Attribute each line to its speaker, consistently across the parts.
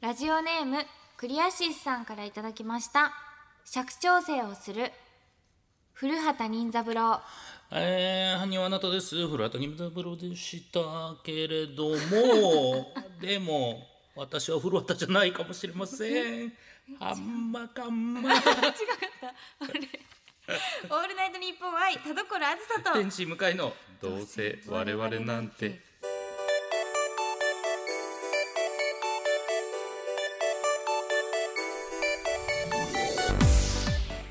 Speaker 1: ラジオネームクリアシスさんからいただきました尺調整をする古畑任三郎
Speaker 2: えー、犯人はあなたです古畑任三郎でしたけれど もでも私は古畑じゃないかもしれ ませんあんまかんま
Speaker 1: オールナイトニッポン愛田所あずさと
Speaker 2: 天使向かいのどうせ我々なんて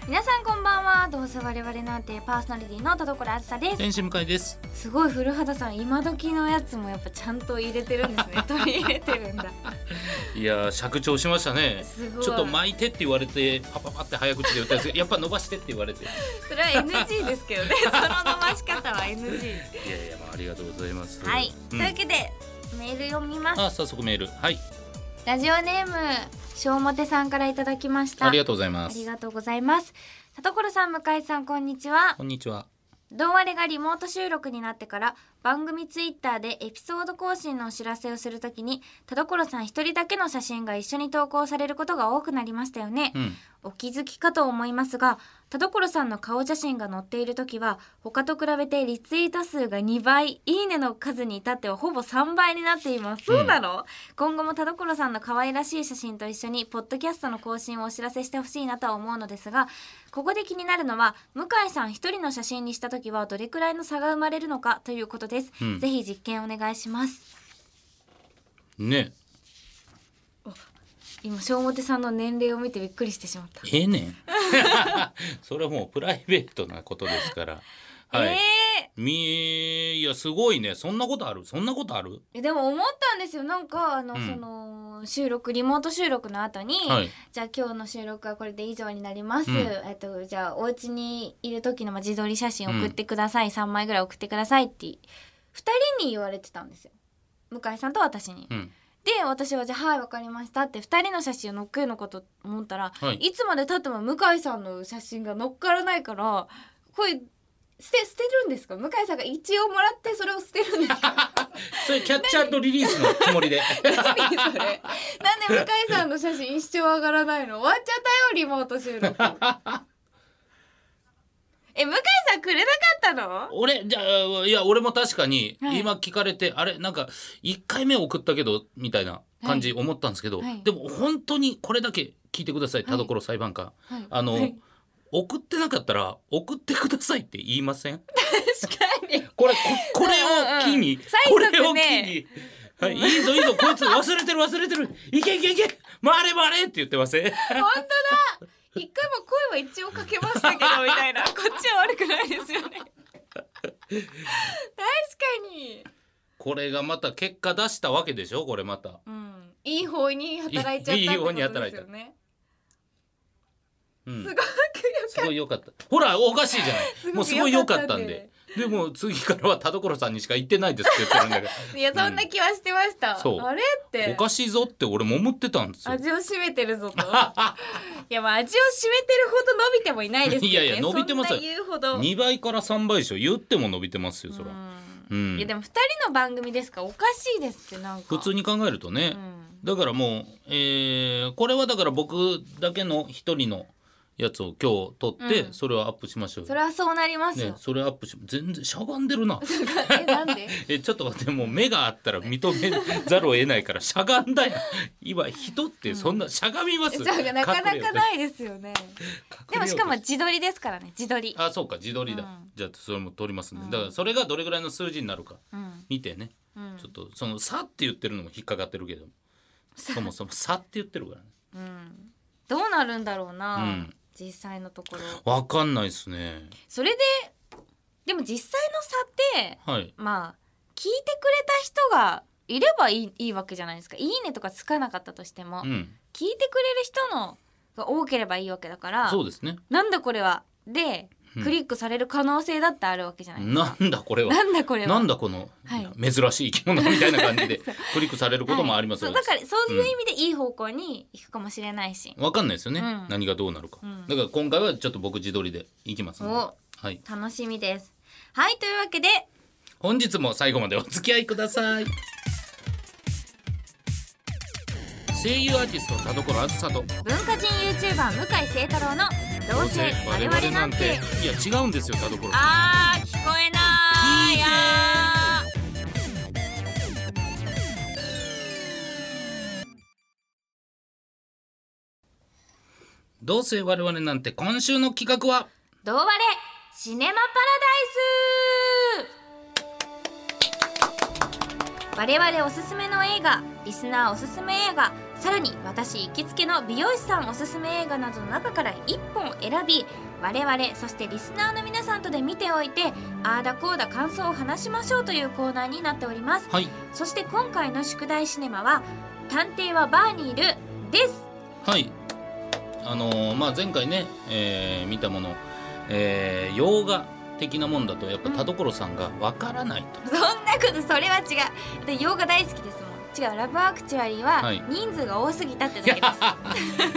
Speaker 1: 皆さんこんばんはどうせ我々なんてパーソナリティの田所あずさです
Speaker 2: 天使向かいです
Speaker 1: すごい古畑さん今時のやつもやっぱちゃんと入れてるんです ね取り入れてるんだ
Speaker 2: いやー尺調しましたね
Speaker 1: すごい
Speaker 2: ちょっと巻いてって言われてパパパって早口で言ったんですけど やっぱ伸ばしてって言われてい
Speaker 1: それは NG です けどねその伸ばし方は NG
Speaker 2: やいやまあありがとうございます
Speaker 1: はい、
Speaker 2: う
Speaker 1: と
Speaker 2: ん
Speaker 1: いうわけでメール読みます
Speaker 2: あ早速メールはい
Speaker 1: ラジオネーム小もてさんからいただきました
Speaker 2: ありがとうございま
Speaker 1: あり
Speaker 2: す
Speaker 1: がとうございます田所さん向井さんこんにちは
Speaker 2: こんにちは
Speaker 1: どうあれがリモート収録になってから番組ツイッターでエピソード更新のお知らせをするときに田所さん一人だけの写真が一緒に投稿されることが多くなりましたよね、
Speaker 2: うん
Speaker 1: お気づきかと思いますが田所さんの顔写真が載っている時は他と比べてリツイート数が2倍いいねの数に至ってはほぼ3倍になっています、そうなの今後も田所さんの可愛らしい写真と一緒にポッドキャストの更新をお知らせしてほしいなとは思うのですがここで気になるのは向井さん一人の写真にした時はどれくらいの差が生まれるのかということです、
Speaker 2: うん
Speaker 1: ぜひ実験お願いします
Speaker 2: ね
Speaker 1: 今小表さんの年齢を見てびっくりしてしまった
Speaker 2: ええねん それはもうプライベートなことですからは い、
Speaker 1: えー
Speaker 2: みいやすごいねそんなことあるそんなことある
Speaker 1: えでも思ったんですよなんかあの、
Speaker 2: うん
Speaker 1: その収録リモート収録の後に、
Speaker 2: はい
Speaker 1: じゃあ今日の収録はこれで以上になります、
Speaker 2: うん
Speaker 1: えっとじゃあお家にいる時のまあ自撮り写真送ってください、3枚ぐらい送ってくださいって2人に言われてたんですよ向井さんと私に。
Speaker 2: うん
Speaker 1: で私はじゃあ「はいわかりました」って2人の写真を乗っけるのかと思ったら、
Speaker 2: はい
Speaker 1: い、つまでたっても向井さんの写真が乗っからないからこれ捨て捨てるんですか向井さんが一応もらってそれを捨てるんですか
Speaker 2: それキャッチャーとリリースのつもりで
Speaker 1: 何それ なんで向井さんの写真一生上がらないの終わっちゃったよリモート収 録え向井さんくれなかったの
Speaker 2: 俺じゃあいや俺も確かに
Speaker 1: はい
Speaker 2: 今聞かれて、あれなんか1回目送ったけどみたいな感じ思ったんですけど、
Speaker 1: はい
Speaker 2: でも本当にこれだけ聞いてください
Speaker 1: はい
Speaker 2: 田所裁判官、
Speaker 1: はい
Speaker 2: あの、
Speaker 1: はい
Speaker 2: 送ってなかったら送ってくださいって言いません
Speaker 1: 確かに
Speaker 2: これここれ
Speaker 1: うんうん
Speaker 2: を機に、こ
Speaker 1: 催
Speaker 2: れ
Speaker 1: 促
Speaker 2: を機
Speaker 1: ね
Speaker 2: に、はい、いいぞいいぞこいつ忘れてる忘れてるいけいけいけ回れ回れって言ってません
Speaker 1: 本当だ一回も声は一応かけましたけどみたい なこっちは悪くないですよね確かに
Speaker 2: これがまた結果出したわけでしょこれまた
Speaker 1: うんいい方に働いちゃったってことですよね
Speaker 2: うん
Speaker 1: すごくよ
Speaker 2: すごい良かったほらおかしいじゃ
Speaker 1: すご
Speaker 2: ない
Speaker 1: く
Speaker 2: もうすごい良かったん
Speaker 1: 良か
Speaker 2: ででも次からは田所さんにしか言ってないですって言ってるんだけ
Speaker 1: いやそんな気はしてました、
Speaker 2: うんそう
Speaker 1: あれって
Speaker 2: どおかしいぞって俺も思ってたんですよ
Speaker 1: 味を占めてるぞ といやまあ味を占めてるほど伸びてもいないですけど、ね、
Speaker 2: いやいや伸びてますよ
Speaker 1: そんな言うほど
Speaker 2: 2倍から3倍でしょ言っても伸びてますよそ
Speaker 1: う
Speaker 2: らうんん
Speaker 1: いやでも二人の番組ですからおかしいですってなんか
Speaker 2: 普通
Speaker 1: に、
Speaker 2: に考えるとね、
Speaker 1: うん
Speaker 2: だからもう、えーこれはだから僕だけの一人のやつを今日撮って、
Speaker 1: うん
Speaker 2: それをアップしましょうよ
Speaker 1: それはそうなりますよ、
Speaker 2: ね、それアップし全然しゃがんでる な
Speaker 1: えなんで
Speaker 2: えちょっと待ってもう目があったら認めざるを得ないからしゃがんだよ 今人ってそんなしゃがみます、
Speaker 1: じゃあなかなか
Speaker 2: い
Speaker 1: ないですよねでもしかも自撮りですからね自撮り、
Speaker 2: あそうか自撮りだ、
Speaker 1: うん
Speaker 2: じゃあそれも撮りますね、
Speaker 1: うん
Speaker 2: だからそれがどれぐらいの数字になるか
Speaker 1: うん
Speaker 2: 見てね
Speaker 1: うん
Speaker 2: ちょっとその「さ」って言ってるのも引っかかってるけどそもそも「さ」って言ってるからね
Speaker 1: うん、どうなるんだろうな、
Speaker 2: うん
Speaker 1: 実際のところ
Speaker 2: わかんないですね
Speaker 1: それででも実際の差って
Speaker 2: はい
Speaker 1: まあ聞いてくれた人がいればいいいいわけじゃないですか「いいね」とかつかなかったとしても、
Speaker 2: うん、
Speaker 1: 聞いてくれる人のが多ければいいわけだから
Speaker 2: そうですね。
Speaker 1: なんだこれはで
Speaker 2: うん
Speaker 1: クリックされる可能性だってあるわけじゃない、
Speaker 2: なんだこれは。
Speaker 1: なんだこれは
Speaker 2: なんだこの、
Speaker 1: はい
Speaker 2: 珍しい生き物みたいな感じ でクリックされることもあります
Speaker 1: はい
Speaker 2: よね。
Speaker 1: そうだからそういう意味でいい方向に行くかもしれないし、
Speaker 2: わかんないですよね、
Speaker 1: うん
Speaker 2: 何がどうなるか、
Speaker 1: うん
Speaker 2: だから今回はちょっと僕自撮りでいきますので
Speaker 1: お
Speaker 2: はい、
Speaker 1: 楽しみですはいというわけで
Speaker 2: 本日も最後までお付き合いください声優アーティスト田所あずさと
Speaker 1: 文化人 YouTuber 向井聖太郎の「どうせ我々なんて
Speaker 2: いや違うんですよ田所」
Speaker 1: あー聞こえない
Speaker 2: 聞いて
Speaker 1: あー
Speaker 2: どうせ我々なんて今週の企画は
Speaker 1: どうわれシネマパラダイス我々おすすめの映画リスナーおすすめ映画さらに私行きつけの美容師さんおすすめ映画などの中から1本選び我々そしてリスナーの皆さんとで見ておいてあーだこうだ感想を話しましょうというコーナーになっております
Speaker 2: はい
Speaker 1: そして今回の宿題シネマは「探偵はバーにいる」です
Speaker 2: はいあのーまあ前回ね、えー見たもの、えー洋画的なもんだとやっぱ田所さんがわからないと、
Speaker 1: そんなことそれは違うで洋画大好きですもん違うラブアクチュアリーは
Speaker 2: はい
Speaker 1: 人数が多すぎたってだけで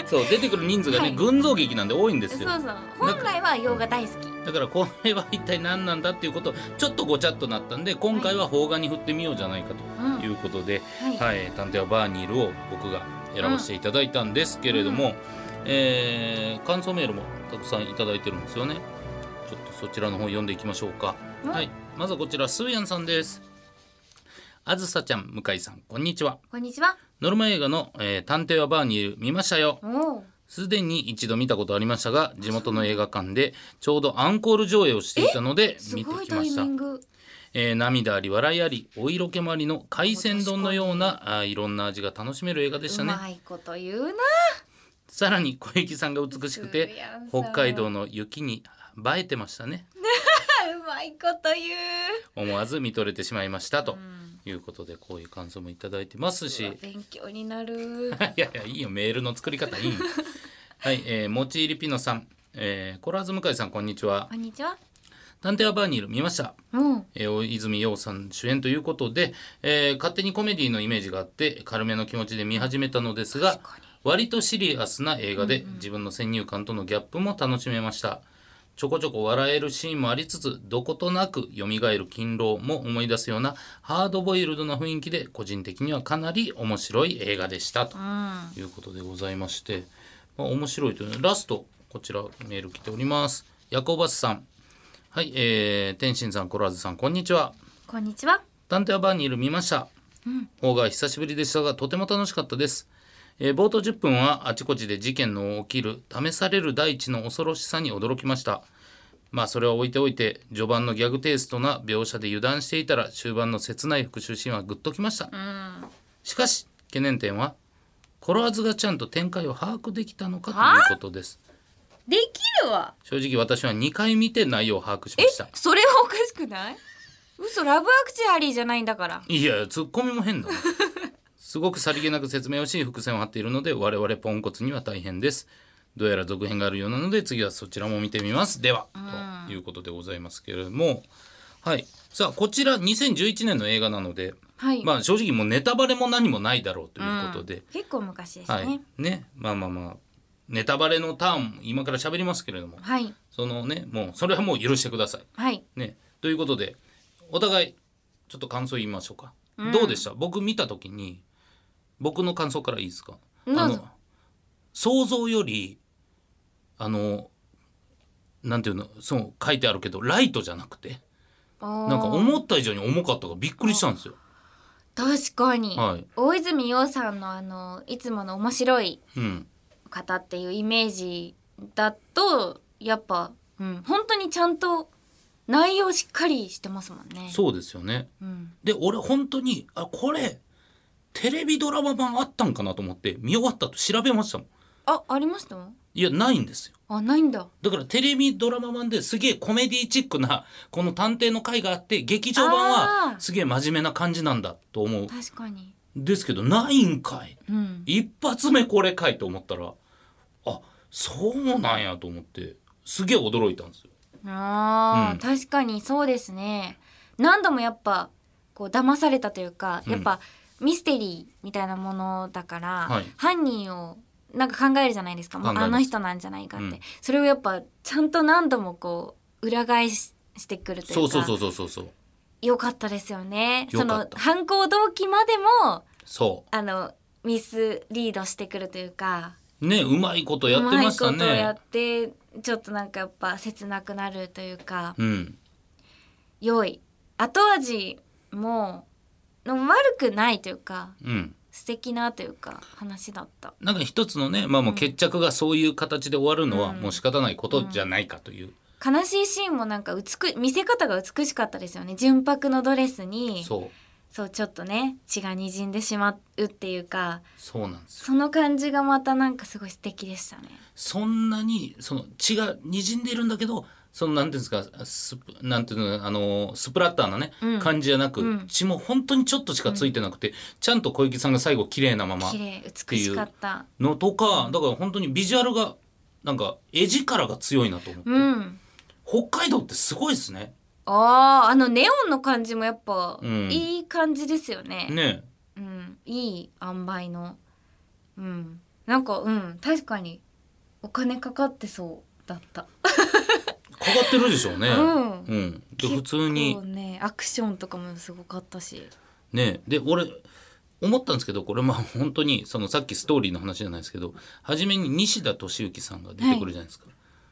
Speaker 1: す、
Speaker 2: そう出てくる人数がね、
Speaker 1: はい
Speaker 2: 群像劇なんで多いんですよ
Speaker 1: そうそう本来は洋画大好き
Speaker 2: だからこれは一体何なんだっていうことちょっとごちゃっとなったんで今回は邦画に振ってみようじゃないか
Speaker 1: うんは
Speaker 2: ということで「
Speaker 1: い、
Speaker 2: はい、探偵はバーニール」を僕が選ばせていただいたんですけれども、えー感想メールもたくさんいただいてるんですよねちょっとそちらの方読んでいきましょうか、
Speaker 1: うん
Speaker 2: はいまずはこちらスーヤンさんですあずさちゃん向井さんこんにちは
Speaker 1: こんにちは
Speaker 2: ノルマ映画の、えー探偵はバーニール」見ましたよ
Speaker 1: おお
Speaker 2: すでに一度見たことありましたが地元の映画館でちょうどアンコール上映をしていたのです見て
Speaker 1: ごい
Speaker 2: き
Speaker 1: タ
Speaker 2: ま
Speaker 1: イ
Speaker 2: し
Speaker 1: ミ
Speaker 2: た、
Speaker 1: ング
Speaker 2: えー涙あり笑いありお色気もありの海鮮丼のようなあーいろんな味が楽しめる映画でした
Speaker 1: う
Speaker 2: ね
Speaker 1: まいこと言うな
Speaker 2: さらに小雪さんが美しくて
Speaker 1: すやんさん
Speaker 2: 北海道の雪に映えてましたね
Speaker 1: うまいこと言う
Speaker 2: 思わず見とれてしまいましたと
Speaker 1: ん
Speaker 2: いうことでこういう感想もいただいてますし
Speaker 1: うわ勉強になる
Speaker 2: いやいやいいよメールの作り方 いいよはい、えー、もちいりピノさん、えー、コラーズ向井さんこんにちは
Speaker 1: こんにちは
Speaker 2: 探偵はバーニール見ました
Speaker 1: うん
Speaker 2: えー大泉洋さん主演ということで、えー勝手にコメディのイメージがあって軽めの気持ちで見始めたのですが
Speaker 1: 確かに
Speaker 2: 割とシリアスな映画で自分の先入観とのギャップも楽しめましたちょこちょこ笑えるシーンもありつつどことなく蘇る勤労も思い出すようなハードボイルドな雰囲気で個人的にはかなり面白い映画でしたと
Speaker 1: うん
Speaker 2: いうことでございまして、まあ、面白いというラストこちらメール来ておりますヤコバスさんはいえー、天心さんコラーズさんこんにちは
Speaker 1: こんにちは
Speaker 2: 探偵はバーニール見ました
Speaker 1: うん
Speaker 2: 方が久しぶりでしたがとても楽しかったです、えー冒頭10分はあちこちで事件の起きる試される大地の恐ろしさに驚きましたまあそれは置いておいて序盤のギャグテイストな描写で油断していたら終盤の切ない復讐シーンはグッときました
Speaker 1: うん
Speaker 2: しかし懸念点はコロワーズがちゃんと展開を把握できたのかということです
Speaker 1: できるわ
Speaker 2: 正直私は2回見て内容を把握しました
Speaker 1: それはおかしくない嘘ラブアクチュアリーじゃないんだから
Speaker 2: いやツッコミも変だな すごくさりげなく説明をし伏線を張っているので我々ポンコツには大変ですどうやら続編があるようなので次はそちらも見てみますではということでございますけれどもはいさあこちら2011年の映画なので
Speaker 1: はい、
Speaker 2: まあ正直もうネタバレも何もないだろうということで、
Speaker 1: 結構昔です
Speaker 2: は
Speaker 1: ね
Speaker 2: いねまあまあまあネタバレのターン今から喋りますけれども
Speaker 1: はい
Speaker 2: そのねもうそれはもう許してください
Speaker 1: はい
Speaker 2: ね、ということでお互いちょっと感想言いましょうか、どうでした僕見た時に僕の感想からいいですか
Speaker 1: どうぞ
Speaker 2: あの想像よりあのなんていうのそう書いてあるけどライトじゃなくて
Speaker 1: な
Speaker 2: なんか思った以上に重かったからびっくりしたんですよ。
Speaker 1: 確かに、
Speaker 2: はい
Speaker 1: 大泉洋さんのあのいつもの面白い
Speaker 2: うん、
Speaker 1: 方っていうイメージだとやっぱ、うん、本当にちゃんと内容しっかりしてますもんね。
Speaker 2: そうですよね
Speaker 1: うん、
Speaker 2: で俺本当にあこれテレビドラマ版あったんかなと思って見終わったと調べましたもん
Speaker 1: あありました
Speaker 2: いやないんですよ
Speaker 1: あないんだ。
Speaker 2: だからテレビドラマ版ですげえコメディチックなこの探偵の回があって劇場版
Speaker 1: あー
Speaker 2: はすげえ真面目な感じなんだと思うん
Speaker 1: 確かに、
Speaker 2: ですけどないんかい
Speaker 1: うん、
Speaker 2: 一発目これかいと思ったらあそうなんやと思ってすげえ驚いたんですよ。
Speaker 1: あー、
Speaker 2: うん
Speaker 1: 確かにそうですね何度もやっぱこう騙されたというか、
Speaker 2: うん
Speaker 1: やっぱミステリーみたいなものだから、
Speaker 2: はい
Speaker 1: 犯人をなんか考えるじゃないですかもう
Speaker 2: 考えます
Speaker 1: あの人なんじゃないかって、
Speaker 2: うん
Speaker 1: それをやっぱちゃんと何度もこう裏返ししてくるというか
Speaker 2: そうそうそうそうそうそう
Speaker 1: よかったですよね
Speaker 2: よか
Speaker 1: その
Speaker 2: った
Speaker 1: 犯行動機までも
Speaker 2: そ
Speaker 1: あのミスリードしてくるというか
Speaker 2: ねうまいことや
Speaker 1: う
Speaker 2: って
Speaker 1: まい
Speaker 2: ま
Speaker 1: こ
Speaker 2: した
Speaker 1: とや
Speaker 2: ね
Speaker 1: ってちょっとなんかやっぱ切なくなるというか
Speaker 2: うん
Speaker 1: 良い後味もの悪くないというか
Speaker 2: うん
Speaker 1: 素敵なというか話だった。
Speaker 2: なんか一つのね、まあ、もう決着がそういう形で終わるのはもう仕方ないことじゃないかという、
Speaker 1: 悲しいシーンもなんか美見せ方が美しかったですよね純白のドレスにそう
Speaker 2: そう
Speaker 1: ちょっとね血がにじんでしまうっていうか
Speaker 2: そうなんですよ
Speaker 1: その感じがまたなんかすごい素敵でしたね
Speaker 2: そんなにその血が滲んでいるんだけどそのなんていうんですかスプなんていうのあのスプラッターなね、
Speaker 1: うん
Speaker 2: 感じじゃなく、
Speaker 1: うん
Speaker 2: 血も本当にちょっとしかついてなくて、ちゃんと小雪さんが最後綺麗なまま
Speaker 1: 綺麗美しかった
Speaker 2: のとかだから本当にビジュアルがなんか絵力が強いなと思って、
Speaker 1: うん
Speaker 2: 北海道ってすごいですね
Speaker 1: あーあのネオンの感じもやっぱ
Speaker 2: うん
Speaker 1: いい感じですよね、
Speaker 2: ね
Speaker 1: うん、いい塩梅のうんなんかうん確かにお金かかってそうだった、
Speaker 2: かかってるでしょうね、
Speaker 1: うん
Speaker 2: うんで普通に
Speaker 1: 結構ねアクションとかもすごかったし
Speaker 2: ねで俺思ったんですけどこれまあ本当にそのさっきストーリーの話じゃないですけど初めに西田敏行さんが出てくるじゃないですか、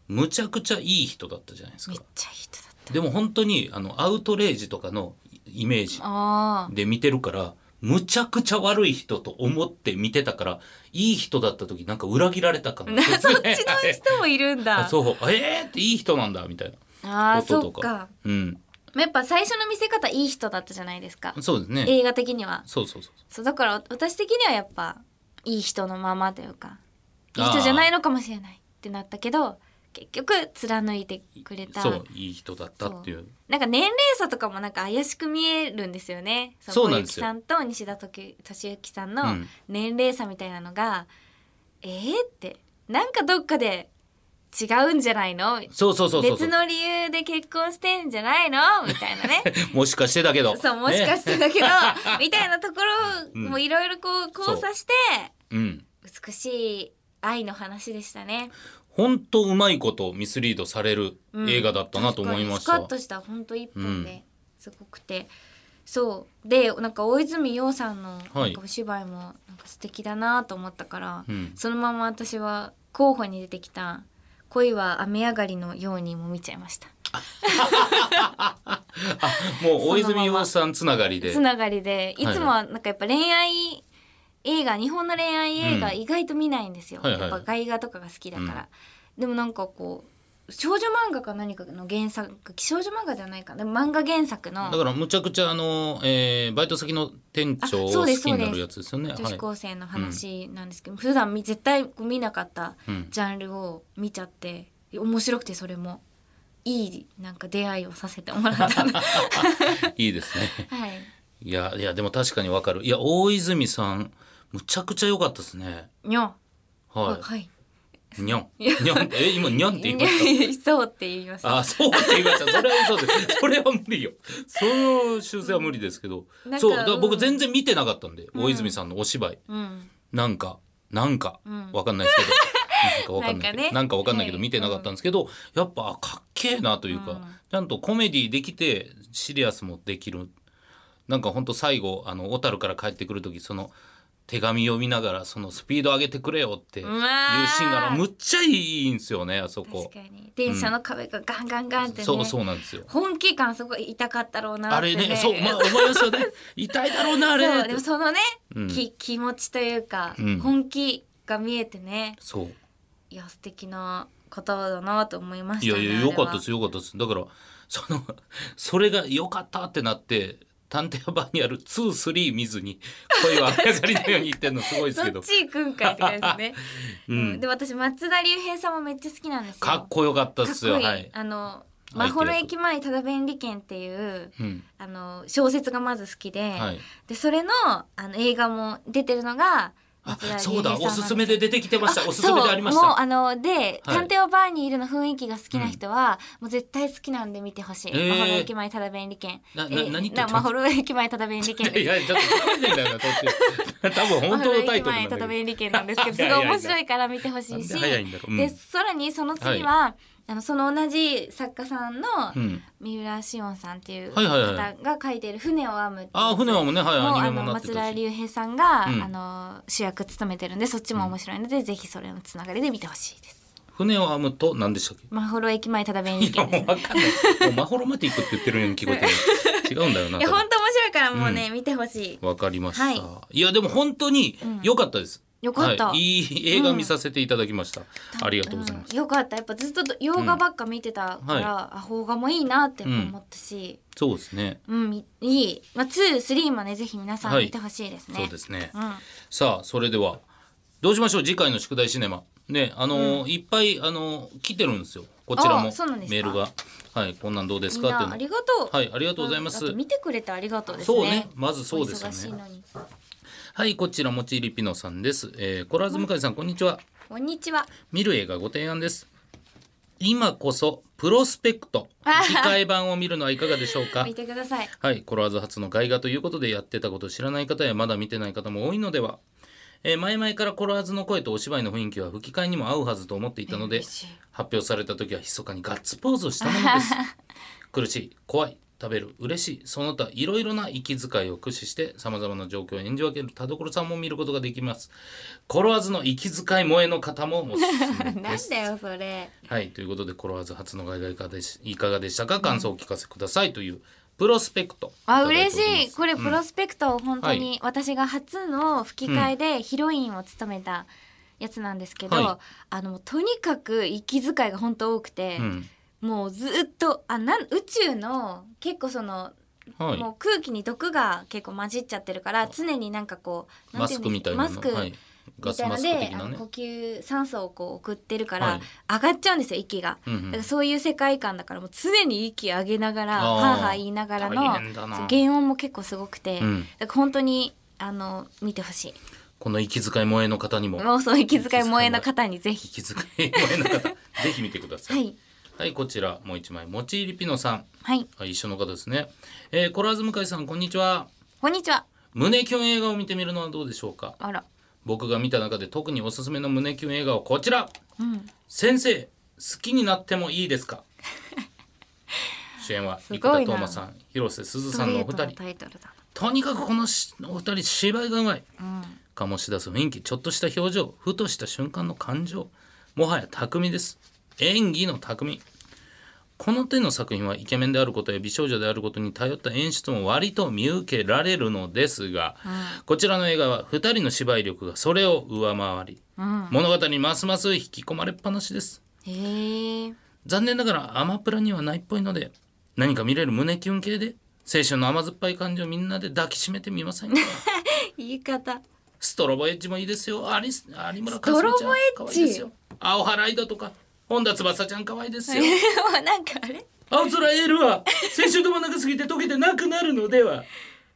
Speaker 2: むちゃくちゃいい人だったじゃないです
Speaker 1: めっ
Speaker 2: か
Speaker 1: ちゃいい人だった
Speaker 2: でも本当にあのアウトレイジとかのイメージ
Speaker 1: あ
Speaker 2: で見てるからむちゃくちゃ悪い人と思って見てたからいい人だった時なんか裏切られた感
Speaker 1: あ、
Speaker 2: が
Speaker 1: な そっちの
Speaker 2: ね
Speaker 1: 人もいるんだ。
Speaker 2: あそうえーっていい人なんだみたい
Speaker 1: ああ、
Speaker 2: なこと
Speaker 1: そ
Speaker 2: と
Speaker 1: っ
Speaker 2: か
Speaker 1: か。
Speaker 2: うん
Speaker 1: やっぱ最初の見せ方いい人だったじゃないですか。
Speaker 2: そうですね
Speaker 1: 映画的には。
Speaker 2: そうそうそう
Speaker 1: そうだから私的にはやっぱいい人のままというか、いい
Speaker 2: あー
Speaker 1: 人じゃないのかもしれないってなったけど、結局貫いてくれた。
Speaker 2: そういい人だったっていう
Speaker 1: なんか年齢差とかもなんか怪しく見えるんですよね。の
Speaker 2: そうなんですよ
Speaker 1: 小雪さんと西田時俊之さん
Speaker 2: う
Speaker 1: の
Speaker 2: ん
Speaker 1: 年齢差みたいなのが、えーってなんかどっかで違うんじゃないの
Speaker 2: そうそうそうそうそ
Speaker 1: 別
Speaker 2: う
Speaker 1: の理由で結婚してんじゃないのみたいなね
Speaker 2: もしかしてだけど
Speaker 1: そうもしかしてだけど、みたいなところ
Speaker 2: うん
Speaker 1: もいろいろこう交差して
Speaker 2: ねうん
Speaker 1: 美しい愛の話でしたね
Speaker 2: 本当うまいことミスリードされる
Speaker 1: うん
Speaker 2: 映画だったなと思いま
Speaker 1: 確かにス
Speaker 2: した
Speaker 1: カッとした本当一本
Speaker 2: うん
Speaker 1: ですごくて、そうでなんか大泉洋さんの
Speaker 2: は
Speaker 1: ないんかお芝居もなんか素敵だなと思ったから、
Speaker 2: うん
Speaker 1: そのまま私は候補に出てきた「恋は雨上がりのように」も見ちゃいました。
Speaker 2: もう大泉洋さんつながりで
Speaker 1: つながりでい
Speaker 2: はい
Speaker 1: つもはなんかやっぱ恋愛映画日本の恋愛映画
Speaker 2: うん
Speaker 1: 意外と見ないんですよ、
Speaker 2: はいはい
Speaker 1: やっぱ外画とかが好きだから、でもなんかこう少女漫画か何かの原作少女漫画じゃないかなでも漫画原作の
Speaker 2: だからむちゃくちゃあの、えーバイト先の店長
Speaker 1: あ
Speaker 2: を好
Speaker 1: そう
Speaker 2: き
Speaker 1: です
Speaker 2: になるやつですよね。
Speaker 1: 女子
Speaker 2: は
Speaker 1: 高生の話なんですけど、普段み絶対こう見なかった
Speaker 2: いうん
Speaker 1: ジャンルを見ちゃって面白くてそれもいいなんか出会いをさせてもらった んで
Speaker 2: いいですね。
Speaker 1: はい、
Speaker 2: いやいやでも確かにわかる。いや大泉さんむちゃくちゃ良かったですね。
Speaker 1: にょん
Speaker 2: は
Speaker 1: はい
Speaker 2: い。にゃん。
Speaker 1: いや
Speaker 2: にゃん。え今にゃんって言いまし
Speaker 1: そうって言いました
Speaker 2: た。あそうって言いました。それは嘘です。それは無理よ。その修正は無理ですけど
Speaker 1: なん。か
Speaker 2: そうだから僕
Speaker 1: うん
Speaker 2: 全然見てなかったんで、大泉さんのお芝居
Speaker 1: うん
Speaker 2: なんかなんか
Speaker 1: うん
Speaker 2: わかんないですけど。なんかわかんな
Speaker 1: なんか
Speaker 2: いけ
Speaker 1: ね
Speaker 2: どなんかわかんないけど
Speaker 1: はい
Speaker 2: 見てなかったんですけど、やっぱあかっけえなというか、
Speaker 1: うん
Speaker 2: ちゃんとコメディできてシリアスもできるなんかほんと最後あの小樽から帰ってくる時その手紙読みながらそのスピード上げてくれよっていうシ
Speaker 1: う
Speaker 2: ー
Speaker 1: わー
Speaker 2: ンがむっちゃいいんですよねあそこ
Speaker 1: 確かに電車の壁がガンガンガンってね、
Speaker 2: そうそうなんですよ
Speaker 1: 本気感すごい痛かったろうな
Speaker 2: あ
Speaker 1: って、
Speaker 2: れ
Speaker 1: ね、
Speaker 2: ねそうまあ思います よね痛いだろうなあれ
Speaker 1: そう
Speaker 2: って
Speaker 1: でもそのね、
Speaker 2: うん
Speaker 1: き気持ちというか、
Speaker 2: うん
Speaker 1: 本気が見えてね
Speaker 2: そう
Speaker 1: いや素敵なことだなと思いまし
Speaker 2: い
Speaker 1: た
Speaker 2: や
Speaker 1: ね
Speaker 2: いや良かったです良かったですだからその それが良かったってなって探偵版にある23見ずに恋は上がりのように言ってるのすごい
Speaker 1: あれ
Speaker 2: です
Speaker 1: は そ
Speaker 2: けど
Speaker 1: っち行くんかいって感じですね、
Speaker 2: うん
Speaker 1: うんで私松田龍平さんもめっちゃ好きなんですよ
Speaker 2: かっこよかったっすよ
Speaker 1: かっこいい
Speaker 2: はい、
Speaker 1: あの
Speaker 2: 相手
Speaker 1: 真
Speaker 2: 役
Speaker 1: 幌駅前ただ便利券っていう
Speaker 2: うん
Speaker 1: あの小説がまず好きで、
Speaker 2: はい、
Speaker 1: でそれのあの映画も出てるのが
Speaker 2: あ
Speaker 1: 松田龍平さん
Speaker 2: そうだ
Speaker 1: なん
Speaker 2: お
Speaker 1: です
Speaker 2: す
Speaker 1: よ
Speaker 2: すめで出てきてましたおすすめでありまし
Speaker 1: そうもう
Speaker 2: た
Speaker 1: あので、
Speaker 2: はい
Speaker 1: 探偵をバーにいるの雰囲気が好きな人は、もう絶対好きなんで見てほしい。
Speaker 2: えー
Speaker 1: マホロ駅前ただ便利券。
Speaker 2: なな
Speaker 1: えー
Speaker 2: 何って言
Speaker 1: な
Speaker 2: った
Speaker 1: マホロ駅前ただ便利券
Speaker 2: いやい
Speaker 1: です。
Speaker 2: やちょっと食べてんだよな途中多分本当のタイ
Speaker 1: マホロ駅前
Speaker 2: トルなんだ
Speaker 1: た
Speaker 2: け
Speaker 1: だ
Speaker 2: ど
Speaker 1: 便利券なんですけど、
Speaker 2: い
Speaker 1: す
Speaker 2: やい
Speaker 1: ご
Speaker 2: や
Speaker 1: い面白いから見てほし
Speaker 2: ないん
Speaker 1: し
Speaker 2: で。早いんだろう、うん
Speaker 1: でさらにその次は、あのその同じ作家さんの
Speaker 2: うん、
Speaker 1: 三浦紫音さんっていう
Speaker 2: はいはいはい
Speaker 1: 方が書いてる「船を編む」っていう
Speaker 2: ああ船はもうねはい
Speaker 1: もう
Speaker 2: ア
Speaker 1: あ
Speaker 2: ニメ
Speaker 1: の
Speaker 2: もなって
Speaker 1: 松
Speaker 2: た
Speaker 1: 田
Speaker 2: し
Speaker 1: 龍平さんが、
Speaker 2: うん
Speaker 1: あの主役務めてるんでそっちも面白いので、ぜひそれのつながりで見てほしいです。
Speaker 2: 船を編むと何でした っけ
Speaker 1: マホロ駅前ただ弁事
Speaker 2: いや
Speaker 1: 件
Speaker 2: も
Speaker 1: で
Speaker 2: う
Speaker 1: す。
Speaker 2: 分かんないもうマホロまで行くって言ってるように聞こえてる 違うんだよない
Speaker 1: や本当面白いからもうね、見てほしい。
Speaker 2: わかりました、
Speaker 1: はいい、
Speaker 2: やでも本当に良かったです、
Speaker 1: よかった。
Speaker 2: はい、いい映画見させていただきました、ありがとうございます、
Speaker 1: うんよかったやっぱずっと洋画ばっか見てた
Speaker 2: うん
Speaker 1: から、
Speaker 2: はい
Speaker 1: あ邦画もいいなって思ったし、
Speaker 2: そうですね
Speaker 1: うん、いいい、まあ、23もねぜひ皆さ
Speaker 2: は
Speaker 1: ん
Speaker 2: い
Speaker 1: 見てほしいですね。
Speaker 2: そうですね、
Speaker 1: うん
Speaker 2: さあそれではどうしましょう次回の宿題シネマねあのー、いっぱいあのー来てるんですよこちらも
Speaker 1: あそうなんですか
Speaker 2: メールがはいこんなんどうです
Speaker 1: みん
Speaker 2: かっていう
Speaker 1: な
Speaker 2: の
Speaker 1: ありがとう。
Speaker 2: はいありがとうございます
Speaker 1: んあと見てくれてありがとうですね。
Speaker 2: そうねまずそうですよね
Speaker 1: お忙しいのに。
Speaker 2: はいこちらもちりピノさんです、えー、コラーズ向井さんこんにちは
Speaker 1: こんにちは。
Speaker 2: 見る映画ご提案です今こそプロスペクト吹き替え版を見るのはいかがでしょうか
Speaker 1: 見てください。
Speaker 2: はい、コロワーズ初の外画ということでやってたことを知らない方やまだ見てない方も多いのでは、えー前々からコロワーズの声とお芝居の雰囲気は吹き替えにも合うはずと思っていたので、
Speaker 1: 嬉しい
Speaker 2: 発表された時は密かにガッツポーズをしたものです 苦しい怖い食べる嬉しいその他いろいろな息遣いを駆使してさまざまな状況を演じ分ける田所さんも見ることができますコロワーズの息遣い萌えの方もおすすめ
Speaker 1: なん
Speaker 2: です
Speaker 1: だよそれ。
Speaker 2: はい、ということで、コロワーズ初の外来化でし、いかがでしたか、感想をお聞かせくださいという。プロスペクト。
Speaker 1: あ
Speaker 2: ただて
Speaker 1: 嬉
Speaker 2: おります
Speaker 1: しいこれプロスペクト、本当に私が初の吹き替えでヒロインを務めたやつなんですけど、
Speaker 2: はい
Speaker 1: あのとにかく息遣いが本当多くて、
Speaker 2: うん、
Speaker 1: もうずっとあなん宇宙の結構その、
Speaker 2: はい。
Speaker 1: もう空気に毒が結構混じっちゃってるから常になんかこうな
Speaker 2: マ
Speaker 1: んてい
Speaker 2: ス
Speaker 1: うんで
Speaker 2: ク
Speaker 1: す
Speaker 2: みた
Speaker 1: か
Speaker 2: いなの。
Speaker 1: マスク
Speaker 2: はい。ガ
Speaker 1: み
Speaker 2: ス
Speaker 1: たい
Speaker 2: マ
Speaker 1: の
Speaker 2: ス
Speaker 1: で、
Speaker 2: ク的
Speaker 1: あ
Speaker 2: な
Speaker 1: の呼
Speaker 2: ね。
Speaker 1: 吸酸素をこう送ってるから、
Speaker 2: はい
Speaker 1: 上がっちゃうんですよ息が、
Speaker 2: うんうん
Speaker 1: だからそういう世界観だからもう常に息上げながら
Speaker 2: あー
Speaker 1: はあはあ言いながらの
Speaker 2: 大変だな
Speaker 1: そう原音も結構すごくて、
Speaker 2: うん
Speaker 1: だから本当にあの見てほしい
Speaker 2: この息遣い萌えの方にも。
Speaker 1: もうそういう息遣い萌えの方にぜひ
Speaker 2: 息遣い萌えの 方、ぜひ見てくださ。
Speaker 1: はいい
Speaker 2: はい、こちら、もう一枚、もちいりピノさん。
Speaker 1: はい
Speaker 2: はい、一緒の方ですね。えー、コロワーズ向井さん、こんにちは。
Speaker 1: こんにちは
Speaker 2: 胸キュン映画を見てみるのはどうでしょうか。
Speaker 1: あら
Speaker 2: 僕が見た中で、特におすすめの胸キュン映画はこちら。
Speaker 1: うん
Speaker 2: 先生好きになってもいいで すか主演は生
Speaker 1: す
Speaker 2: 田
Speaker 1: ごいな
Speaker 2: 斗真さん広瀬すず
Speaker 1: ス
Speaker 2: さ
Speaker 1: ト
Speaker 2: ん
Speaker 1: レ
Speaker 2: のお
Speaker 1: ート
Speaker 2: 二
Speaker 1: の
Speaker 2: 人
Speaker 1: タイトルだ
Speaker 2: とにかくこのしお二人芝居がうまい
Speaker 1: な、
Speaker 2: 醸し出す雰囲気ちょっとした表情ふとした瞬間の感情もはや巧みです演技の巧みこの手の作品はイケメンであることや美少女であることに頼った演出も割と見受けられるのですが、こちらの映画は2人の芝居力がそれを上回り、
Speaker 1: うん
Speaker 2: 物語にますます引き込まれっぱなしです
Speaker 1: うん、へえ
Speaker 2: 残念ながらアマプラにはないっぽいので何か見れる胸キュン系で青春の甘酸っぱい感じをみんなで抱きしめてみませんか
Speaker 1: 言い 方
Speaker 2: ストロボエッジもいいですよアリス有村架
Speaker 1: スト
Speaker 2: 純
Speaker 1: ロ
Speaker 2: ちゃん
Speaker 1: ボエッジ
Speaker 2: 可愛いですよ青原井だとか本田翼ちゃん可愛いですよ
Speaker 1: もうなんかあれ
Speaker 2: 青空エール は青春が長すぎて溶けてなくなるのでは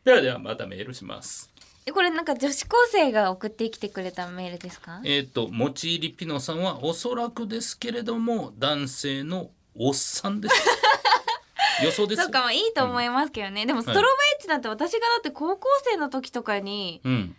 Speaker 2: ではではまたメールします
Speaker 1: えこれなんか女子高生が送ってきてくれたメールですか
Speaker 2: えっ、ともちいりピノさんはおそらくですけれども男性のおっ さんです予想ですよ
Speaker 1: そうかもいいと思いますけどね、でもストロベエッジなんて私がだって高校生の時とかに、
Speaker 2: うん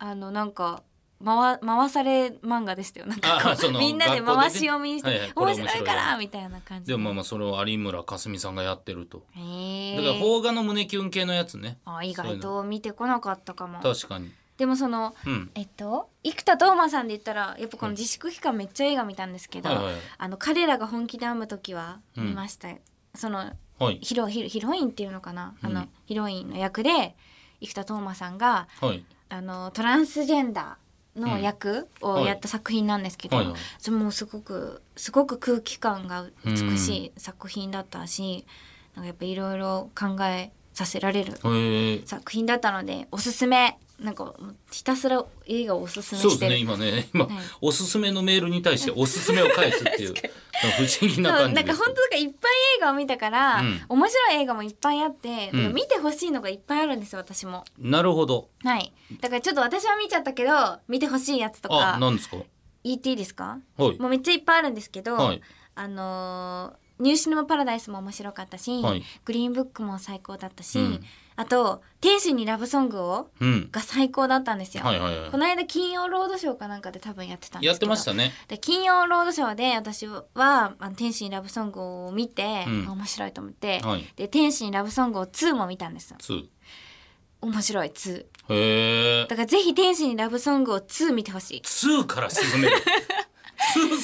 Speaker 1: あのなんか回回され漫画でしたよなん
Speaker 2: あ
Speaker 1: かこ、
Speaker 2: そうの
Speaker 1: みんなで
Speaker 2: 学校でね
Speaker 1: 回し読みして、
Speaker 2: はいはいこれ
Speaker 1: 面
Speaker 2: 面白い
Speaker 1: 白いからみたいな感じ
Speaker 2: でもまあまあそれを有村架純さんがやってると。
Speaker 1: へー
Speaker 2: だから邦画の胸キュン系のやつね。
Speaker 1: あ意
Speaker 2: そうい
Speaker 1: 外
Speaker 2: うの
Speaker 1: と見てこなかったかも
Speaker 2: 確かに。
Speaker 1: でもその
Speaker 2: うん。
Speaker 1: えっと生田斗真さんで言ったらやっぱこの自粛期間めっちゃ映画見たんですけど、
Speaker 2: はいはいはい
Speaker 1: あの彼らが本気で編む時は見ました、その
Speaker 2: はい。
Speaker 1: ヒロヒロヒロインっていうのかな、あ
Speaker 2: う
Speaker 1: の
Speaker 2: ん
Speaker 1: ヒロインの役で生田斗真さんが
Speaker 2: はい。
Speaker 1: あのトランスジェンダーの役
Speaker 2: うんは
Speaker 1: を
Speaker 2: い
Speaker 1: やった作品なんですけど、
Speaker 2: はいはい
Speaker 1: それもすごくすごく空気感が美しい作品だったし、なんかやっぱいろいろ考えさせられる
Speaker 2: へえ。
Speaker 1: 作品だったのでおすすめなんかひたすら映画をおすすめ
Speaker 2: そうで
Speaker 1: し
Speaker 2: す
Speaker 1: てる
Speaker 2: ね。今ね、 今
Speaker 1: はい
Speaker 2: おすすめのメールに対しておすすめを返 すっていう不思議な
Speaker 1: そう
Speaker 2: 感
Speaker 1: な
Speaker 2: じ
Speaker 1: ん
Speaker 2: で
Speaker 1: か
Speaker 2: す
Speaker 1: 本。当だからいっぱい映画を見たから、
Speaker 2: うん
Speaker 1: 面白い映画もいっぱいあって、
Speaker 2: うん
Speaker 1: 見てほしいのがいっぱいあるんですよ私も。
Speaker 2: なるほど。
Speaker 1: はい。だからちょっと私は見ちゃったけど、見てほしいやつと
Speaker 2: あ、
Speaker 1: か、
Speaker 2: なんですか。
Speaker 1: 言っていいですか
Speaker 2: はい
Speaker 1: も。うめっちゃいっぱいあるんですけど、
Speaker 2: はい
Speaker 1: あのーニューシネマパラダイスも面白かったし、
Speaker 2: はい
Speaker 1: グリーンブックも最高だったし、
Speaker 2: うん
Speaker 1: あと天使にラブソングを
Speaker 2: うん。
Speaker 1: が最高だったんですよ。
Speaker 2: はいはいは
Speaker 1: この間金曜ロードショーかなんかで多分やってたん
Speaker 2: い。
Speaker 1: ですけど
Speaker 2: やってましたね。
Speaker 1: で金曜ロードショーで私はあの「天使にラブソング」を見て、
Speaker 2: うん
Speaker 1: 面白いと思って、
Speaker 2: はい
Speaker 1: で「天使にラブソング」を2も見たんです
Speaker 2: ツー。
Speaker 1: 面白い2
Speaker 2: へえ
Speaker 1: だ。からぜひ「天使にラブソング」を2見てほしい
Speaker 2: ツーから進める。 ツ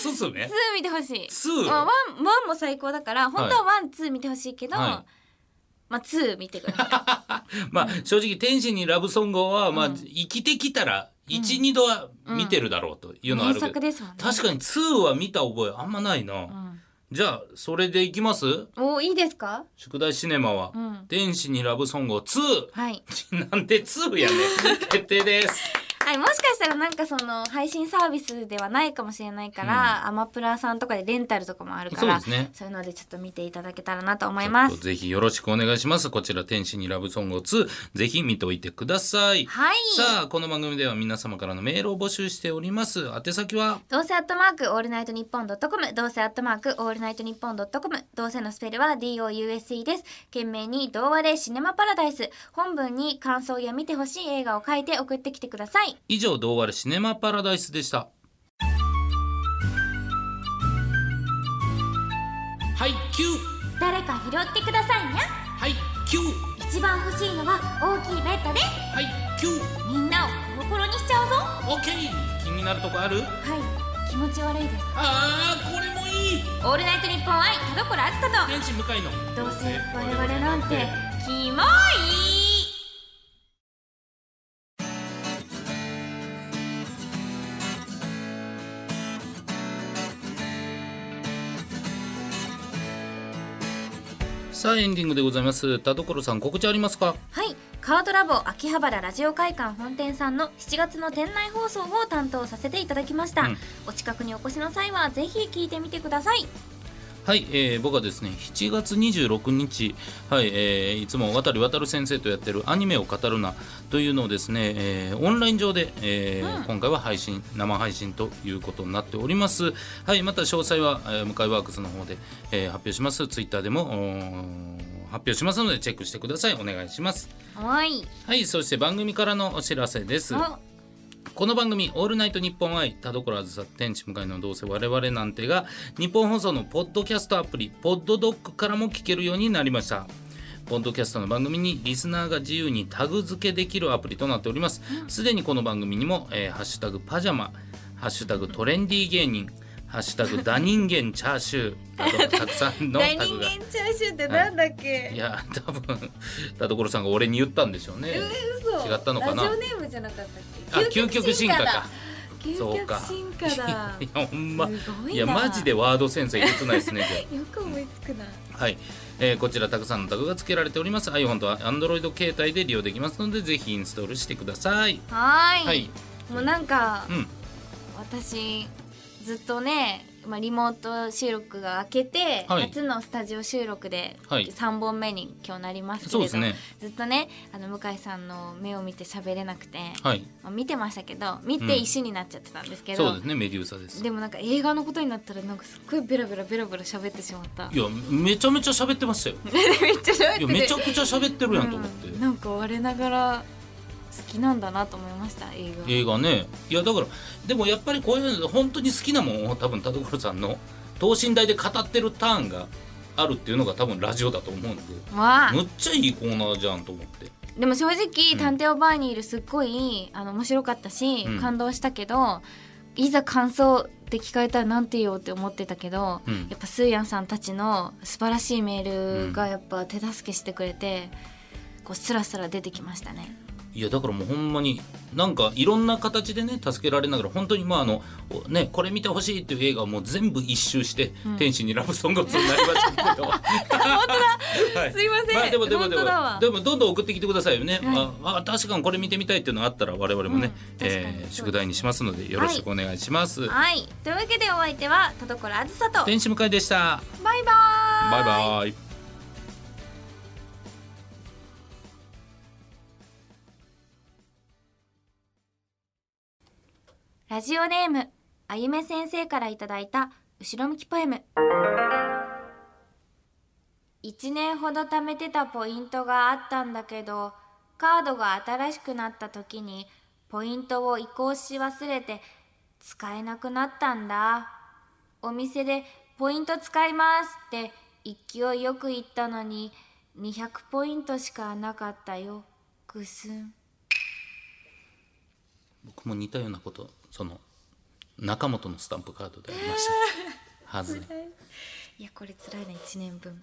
Speaker 2: ー進め。
Speaker 1: 2見てほしい
Speaker 2: ツ
Speaker 1: まあ
Speaker 2: ー。
Speaker 1: ワンワンも最高だから本当はワンツー見てほしいけど、
Speaker 2: は
Speaker 1: まあツー見てください
Speaker 2: まあ正直天使にラブソングはまあ生きてきたら一二度は見てるだろうと いうのはあ
Speaker 1: 名
Speaker 2: るけ
Speaker 1: 作
Speaker 2: ど。
Speaker 1: ですもんね
Speaker 2: 確かにツーは見た覚えあんまないな。じゃあそれでいきます
Speaker 1: うん、おいいですか
Speaker 2: 宿題シネマは、
Speaker 1: うん
Speaker 2: 天使にラブソングを2
Speaker 1: はい、
Speaker 2: なんで2や ねん決定です
Speaker 1: はい、もしかしたらなんかその配信サービスではないかもしれないから、アマプラさんとかでレンタルとかもあるから
Speaker 2: そうですね
Speaker 1: そういうのでちょっと見ていただけたらなと思いま
Speaker 2: ちょっと
Speaker 1: す
Speaker 2: ぜひよろしくお願いしますこちら天使にラブソングを2ぜひ見ておいてください
Speaker 1: はい
Speaker 2: さあこの番組では皆様からのメールを募集しております宛先は
Speaker 1: どうせアットマークオールナイトニッポンドットコムどうせアットマークオールナイトニッポンドットコムどうせのスペルは DOUSE です懸命に「童話でシネマパラダイス」本文に感想や見てほしい映画を書いて送ってきてください
Speaker 2: 以上童話でシネマパラダイスでしたはいキュー
Speaker 1: 誰か拾ってくださいにゃ
Speaker 2: はいキュー
Speaker 1: 一番欲しいのは大きいベッドです
Speaker 2: はいキュー
Speaker 1: みんなをコロコロにしちゃうぞは
Speaker 2: オッケー気になるとこある
Speaker 1: い気持ち悪いです
Speaker 2: ああこれもいい
Speaker 1: オールナイトニッポン愛田所あずさ
Speaker 2: 天使向かいの
Speaker 1: とどうせ我々なんてキモい
Speaker 2: さあエンディングでございます田所さん告知ありますか
Speaker 1: はいカードラボ秋葉原ラジオ会館本店さんの7月の店内放送を担当させていただきました、
Speaker 2: うん
Speaker 1: お近くにお越しの際はぜひ聞いてみてください
Speaker 2: はい、えー僕はですね7月26日、はいえーいつも渡り渡る先生とやってる「アニメを語るな」というのをですね、えーオンライン上で、えー
Speaker 1: うん
Speaker 2: 今回は配信生配信ということになっております、はい、また詳細は、えー向井ワークスの方で、えー発表しますツイッターでもおー発表しますのでチェックしてくださいお願いします
Speaker 1: はい
Speaker 2: はいそして番組からのお知らせです
Speaker 1: お
Speaker 2: この番組「オールナイトニッポン愛田所あずさ天地向かいのどうせ我々なんて」が日本放送のポッドキャストアプリポッドドックからも聞けるようになりましたポッドキャストの番組にリスナーが自由にタグ付けできるアプリとなっておりますすでにこの番組にも、えーハッシュタグパジャマ」「ハッシュタグトレンディー芸人」「ハッシュタグダ人間チャーシュー」などたくさ んの
Speaker 1: 大
Speaker 2: タグ
Speaker 1: 人
Speaker 2: が
Speaker 1: 間チャーシューってなんだっけ、
Speaker 2: いや多分田所さんが俺に言ったんでしょうね
Speaker 1: 嘘
Speaker 2: 違ったのかな
Speaker 1: ラジオネームじゃなかったっ
Speaker 2: あ
Speaker 1: け
Speaker 2: 究極進化か
Speaker 1: 究極進化だ
Speaker 2: いやほんます
Speaker 1: ごいない
Speaker 2: やマジでワードセンスえげつないですねじゃあ
Speaker 1: よく思いつくな
Speaker 2: はい、えーこちらたくさんのタグが付けられております iPhone と Android 携帯で利用できますのでぜひインストールしてください
Speaker 1: はーい
Speaker 2: はい、
Speaker 1: もうなんか、
Speaker 2: うん、
Speaker 1: 私ずっとね、まあ、リモート収録が明けて、
Speaker 2: はい
Speaker 1: 初のスタジオ収録で
Speaker 2: はい
Speaker 1: 3本目に今日なりますけれど、
Speaker 2: そうですね
Speaker 1: ずっとねあの向井さんの目を見て喋れなくて、
Speaker 2: はい
Speaker 1: まあ見てましたけど見
Speaker 2: うん
Speaker 1: て石になっちゃってたんですけど、
Speaker 2: そうですねメデューサです
Speaker 1: でもなんか映画のことになったらなんかすっごいベラベラベラベラ喋ってしまった
Speaker 2: いやめちゃめちゃ喋ってましたよ
Speaker 1: めっちゃ喋っ
Speaker 2: い
Speaker 1: て
Speaker 2: や
Speaker 1: る
Speaker 2: めちゃくちゃ喋ってるやんと思って、
Speaker 1: うんなんか我ながら好きなんだなと思いました映画
Speaker 2: 映画ねいやだからでもやっぱりこういうの本当に好きなもんを多分田所さんの等身大で語ってるターンがあるっていうのが多分ラジオだと思うんで
Speaker 1: わあ
Speaker 2: むっちゃいいコーナーじゃんと思って
Speaker 1: でも正
Speaker 2: う
Speaker 1: 直「
Speaker 2: ん
Speaker 1: 探偵オバーニール」すっごいあの面白かったし、
Speaker 2: うん
Speaker 1: 感動したけどいざ感想って聞かれたらなんて言おうって思ってたけど、
Speaker 2: うん
Speaker 1: やっぱスーヤンさんたちの素晴らしいメールがやっぱ手助けしてくれて、こうスラスラ出てきましたね。
Speaker 2: いやだからもうほんまになんかいろんな形でね助けられながら本当にまああのおねこれ見てほしいっていう映画をもう全部一周して「天使にラブソング」になりましたけど本当だ、はい
Speaker 1: すいません
Speaker 2: あ、でもでもで
Speaker 1: 本当
Speaker 2: も
Speaker 1: だわ
Speaker 2: でもどんどん送ってきてくださいよね、
Speaker 1: はい
Speaker 2: ああ確かにこれ見てみたいっていうのがあったら我々もね、
Speaker 1: うん確かにそう
Speaker 2: え
Speaker 1: で
Speaker 2: ー
Speaker 1: す
Speaker 2: 宿題にしますのでよろしくお願いします、
Speaker 1: はいというわけでお相手は田所あずさと
Speaker 2: 天使迎えでした
Speaker 1: バイバーイ
Speaker 2: バイバイ
Speaker 1: ラジオネームあゆめ先生からいただいた後ろ向きポエム1年ほど貯めてたポイントがあったんだけどカードが新しくなった時にポイントを移行し忘れて使えなくなったんだお店で「ポイント使います」って勢いよく言ったのに200ポイントしかなかったよぐすん
Speaker 2: 僕も似たようなことその 中本のスタンプカードでありましたはず
Speaker 1: いやこれ辛いね1年分